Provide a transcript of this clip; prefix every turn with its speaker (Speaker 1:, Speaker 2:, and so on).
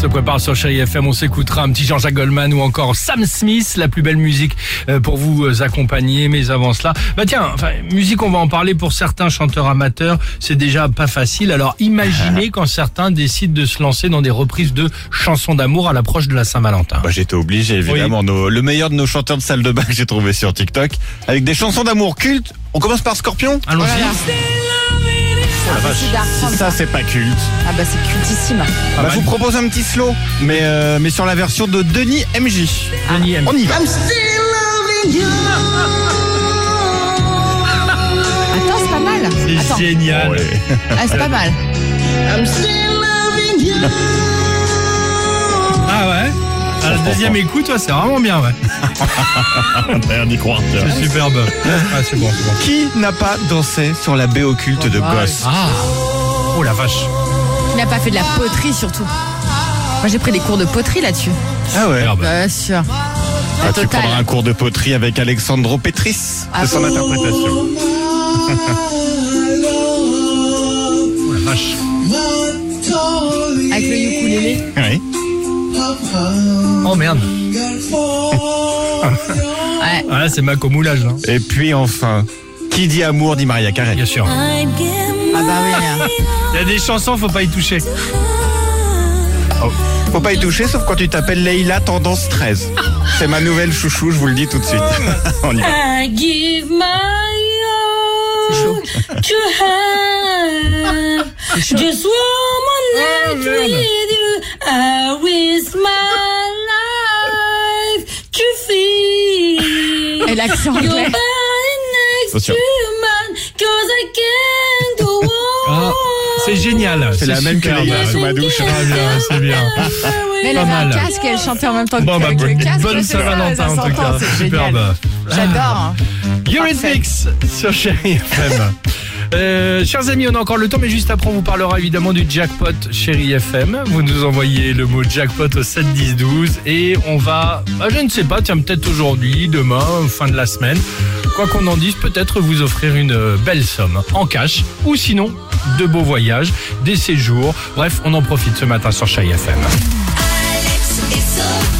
Speaker 1: se prépare sur Chérie FM. On s'écoutera un petit Jean-Jacques Goldman ou encore Sam Smith, la plus belle musique euh, pour vous accompagner. Mais avant cela, bah tiens, enfin, musique, on va en parler pour certains chanteurs amateurs. C'est déjà pas facile. Alors imaginez quand certains décident de se lancer dans des reprises de chansons d'amour à l'approche de la Saint-Valentin.
Speaker 2: Bah, J'étais obligé, évidemment. Nos- le meilleur de nos chanteurs de salle de bain que j'ai trouvé sur TikTok, avec des chansons d'amour cultes. On commence par Scorpion
Speaker 1: Allons-y.
Speaker 2: Oh la vache.
Speaker 3: c'est dark,
Speaker 2: Si ça, c'est pas culte.
Speaker 3: Ah bah c'est cultissime.
Speaker 2: Bah,
Speaker 1: mal.
Speaker 2: je vous propose un petit slow, mais, euh, mais sur la version de Denis MJ.
Speaker 1: Denis aime.
Speaker 2: On y va.
Speaker 3: Attends, c'est pas mal. Attends,
Speaker 1: C'est génial.
Speaker 2: Ouais.
Speaker 3: ah, c'est pas mal.
Speaker 1: Ah ouais. À la deuxième écoute, ouais, c'est vraiment bien, ouais.
Speaker 2: T'as l'air d'y croire, tiens.
Speaker 1: C'est superbe. Ah, c'est bon, c'est bon.
Speaker 2: Qui n'a pas dansé sur la baie occulte de
Speaker 3: Ah,
Speaker 2: Gosse
Speaker 1: Ah. Oh la vache.
Speaker 3: Il n'a pas fait de la poterie surtout. Moi j'ai pris des cours de poterie là-dessus.
Speaker 2: Ah ouais
Speaker 1: Superbe.
Speaker 3: Bien sûr. La
Speaker 2: Ah, Tu prendras un
Speaker 3: totale.
Speaker 2: cours de poterie avec Alexandro Petris.
Speaker 3: Ah
Speaker 2: C'est son
Speaker 3: bon
Speaker 2: interprétation.
Speaker 1: Oh la vache.
Speaker 3: Avec le ukulélé.
Speaker 2: Oui.
Speaker 1: Oh merde.
Speaker 3: Ouais.
Speaker 1: Ah là, c'est Mac au moulage, là.
Speaker 2: Et puis enfin, qui dit amour dit Maria Carré.
Speaker 1: Bien sûr.
Speaker 3: Ah bah oui.
Speaker 1: Il y a des chansons, faut pas y toucher.
Speaker 2: Oh. Faut pas y toucher sauf quand tu t'appelles Leila Tendance 13. C'est ma nouvelle chouchou, je vous le dis tout de suite. On y va.
Speaker 4: I give my all to have just one more
Speaker 3: Ah,
Speaker 4: night with you. I risk my life to feel
Speaker 3: Et l'accent
Speaker 4: your
Speaker 3: anglais.
Speaker 4: body next
Speaker 2: Attention.
Speaker 4: to mine, cause I can't go
Speaker 1: Ah,
Speaker 4: on.
Speaker 1: c'est génial.
Speaker 2: C'est la même que
Speaker 1: superbe.
Speaker 2: Leila sous ma douche.
Speaker 1: Ah, bien, c'est bien.
Speaker 3: Mais elle
Speaker 1: Pas
Speaker 3: avait un
Speaker 1: mal.
Speaker 3: casque et elle chantait en même temps que
Speaker 1: Bon, bah,
Speaker 3: avec
Speaker 1: bonne,
Speaker 3: le casque.
Speaker 1: bonne
Speaker 3: Ouais, c'est ça,
Speaker 1: Saint-Valentin,
Speaker 3: ça
Speaker 1: en tout
Speaker 3: s'entend,
Speaker 1: cas.
Speaker 3: c'est
Speaker 1: Superbe.
Speaker 3: génial. J'adore. hein.
Speaker 1: Eurythmics sur Chéri FM. Euh, chers amis, on a encore le temps, mais juste après, on vous parlera évidemment du jackpot Chéri FM. Vous nous envoyez le mot jackpot au 7 10 12 et on va, ah, je ne sais pas, tiens, peut-être aujourd'hui, demain, fin de la semaine, quoi qu'on en dise, peut-être vous offrir une euh, belle somme en cash ou sinon de beaux voyages, des séjours. Bref, on en profite ce matin sur Chéri FM.
Speaker 5: Alex et Sophie.